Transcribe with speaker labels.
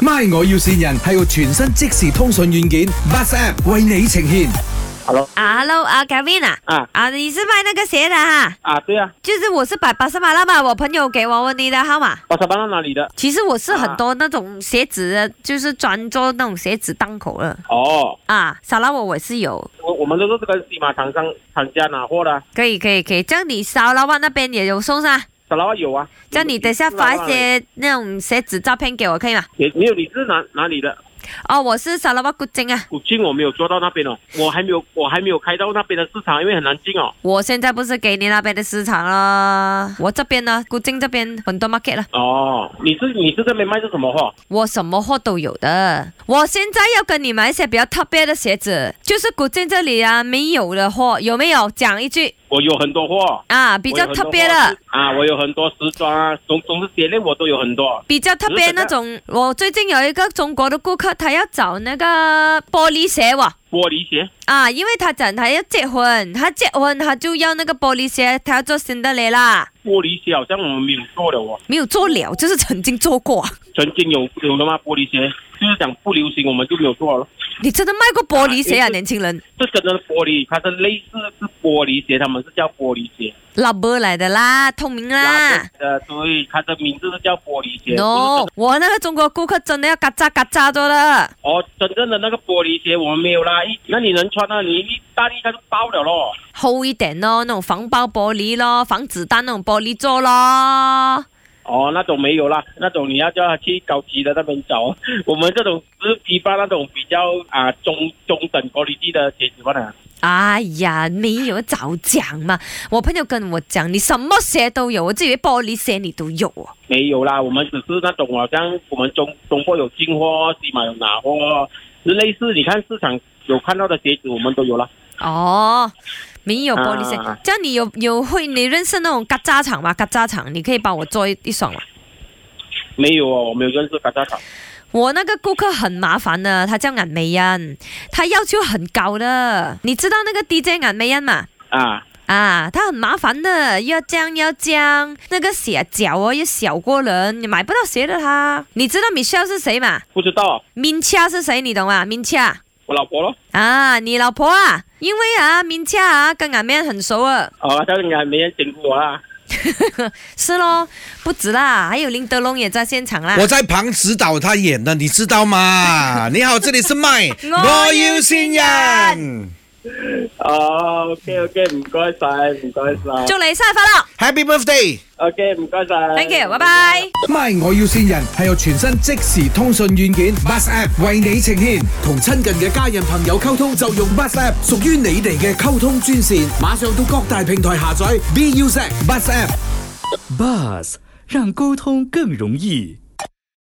Speaker 1: My 我要線人係個全新即時通訊軟件 Bus App 為你呈現。
Speaker 2: Hello，
Speaker 3: 啊，Hello，啊，Gavin 啊，
Speaker 2: 啊
Speaker 3: 啊，你是卖那个鞋的哈？
Speaker 2: 啊，对啊，
Speaker 3: 就是我是百八十码那嘛，我朋友给我问你的号码。
Speaker 2: 巴塞巴到哪里的？
Speaker 3: 其实我是很多那种鞋子，就是专做那种鞋子档口了
Speaker 2: 哦，
Speaker 3: 啊。沙拉我我是有，
Speaker 2: 我我们都是跟西马厂商厂家拿货的，
Speaker 3: 可以可以可以。这样你沙拉万那边也有送是吧？
Speaker 2: 沙拉瓦有啊。
Speaker 3: 这样你等下发一些那种鞋子照片给我可以吗？
Speaker 2: 你没有？你是哪哪里的？
Speaker 3: 哦，我是沙拉万古金啊，
Speaker 2: 古晋我没有做到那边哦，我还没有我还没有开到那边的市场，因为很难进哦。
Speaker 3: 我现在不是给你那边的市场了，我这边呢，古晋这边很多 market 了。
Speaker 2: 哦，你是你是这边卖是什么货？
Speaker 3: 我什么货都有的。我现在要跟你买一些比较特别的鞋子，就是古镇这里啊没有的货，有没有？讲一句
Speaker 2: 我有很多货，
Speaker 3: 啊，比较特别的，
Speaker 2: 啊，我有很多时装啊，总总是鞋类我都有很多。
Speaker 3: 比较特别那种。我最近有一个中国的顾客，他要找那个玻璃鞋哇。
Speaker 2: 玻璃鞋
Speaker 3: 啊，因为他讲他要结婚，他结婚他就要那个玻璃鞋，他要做新的嘞啦。
Speaker 2: 玻璃鞋好像我们没有做的哦，
Speaker 3: 没有做了，就是曾经做过。
Speaker 2: 曾经有有的吗？玻璃鞋就是讲不流行，我们就没有做了。
Speaker 3: 你真的卖过玻璃鞋
Speaker 2: 啊因
Speaker 3: 啊，
Speaker 2: 为
Speaker 3: 年轻人
Speaker 2: 这个呢，玻璃，它是类似是玻璃鞋，他们是叫玻璃鞋。
Speaker 3: ？Rubber 来的啦，透明啦。
Speaker 2: 呃，对，它的名字是叫玻璃鞋。不是
Speaker 3: no，
Speaker 2: 真的
Speaker 3: 我那个中国顾客真的要嘎扎嘎扎的了。
Speaker 2: 哦，真正的那个玻璃鞋我们没有啦，一那你能穿啊？你一大力它就爆了咯。
Speaker 3: 厚一点咯，那种防爆玻璃咯，防子弹那种玻璃做咯。
Speaker 2: 哦，那种没有啦，那种你要叫他去高级的那边找。我们这种是批发那种比较啊、中中等玻璃地的鞋子罢了。
Speaker 3: 哎呀，没有早讲嘛！我朋友跟我讲，你什么鞋都有，我这里玻璃鞋你都有哦。
Speaker 2: 没有啦，我们只是那种好像我们中中国有进货，西马有拿货，类似你看市场有看到的鞋子我们都有啦。
Speaker 3: 哦，没有玻璃鞋，
Speaker 2: 啊
Speaker 3: 这样你有有会你认识那种嘎扎厂吗？嘎扎厂，你可以帮我做一一双吗？
Speaker 2: 没有哦，我没有认识嘎扎厂。
Speaker 3: 我那个顾客很麻烦的，他叫眼美恩，他要求很高的。你知道那个 DJ 眼美恩嘛？
Speaker 2: 啊，
Speaker 3: 啊，它很麻烦的，要这样要这样，那个鞋脚哦又小过人，你买不到鞋的它。你知道 Michelle 是谁吗
Speaker 2: 不知道，
Speaker 3: ？Mincha 是谁？你懂吗？Mincha
Speaker 2: 我老婆咯。
Speaker 3: 啊，你老婆啊，因为啊，Mincha 啊跟俺们很熟啊，
Speaker 2: 哦，他应该没人啊辛苦我啦。
Speaker 3: 是咯，不止啦，还有林德龙也在现场啦。
Speaker 4: 我在旁指导他演的，你知道 吗？你好，这里是麦，
Speaker 3: 我
Speaker 4: 我
Speaker 3: 要
Speaker 4: 要
Speaker 3: 先
Speaker 4: 先
Speaker 3: 人
Speaker 4: 人
Speaker 2: 哦，OK OK，唔该晒，唔该晒。
Speaker 3: 祝你生日快乐
Speaker 4: ，Happy Birthday！
Speaker 2: OK，唔该晒。
Speaker 3: ，Thank you，拜拜。
Speaker 1: My 我要線人係個全新即時通訊軟件 Bus App 為你呈現，同親近嘅家人朋友溝通就用 Bus App，屬於你哋嘅溝通專線。馬上到各大平台下載 BUZ Bus App。
Speaker 5: Buzz 让沟通更容易。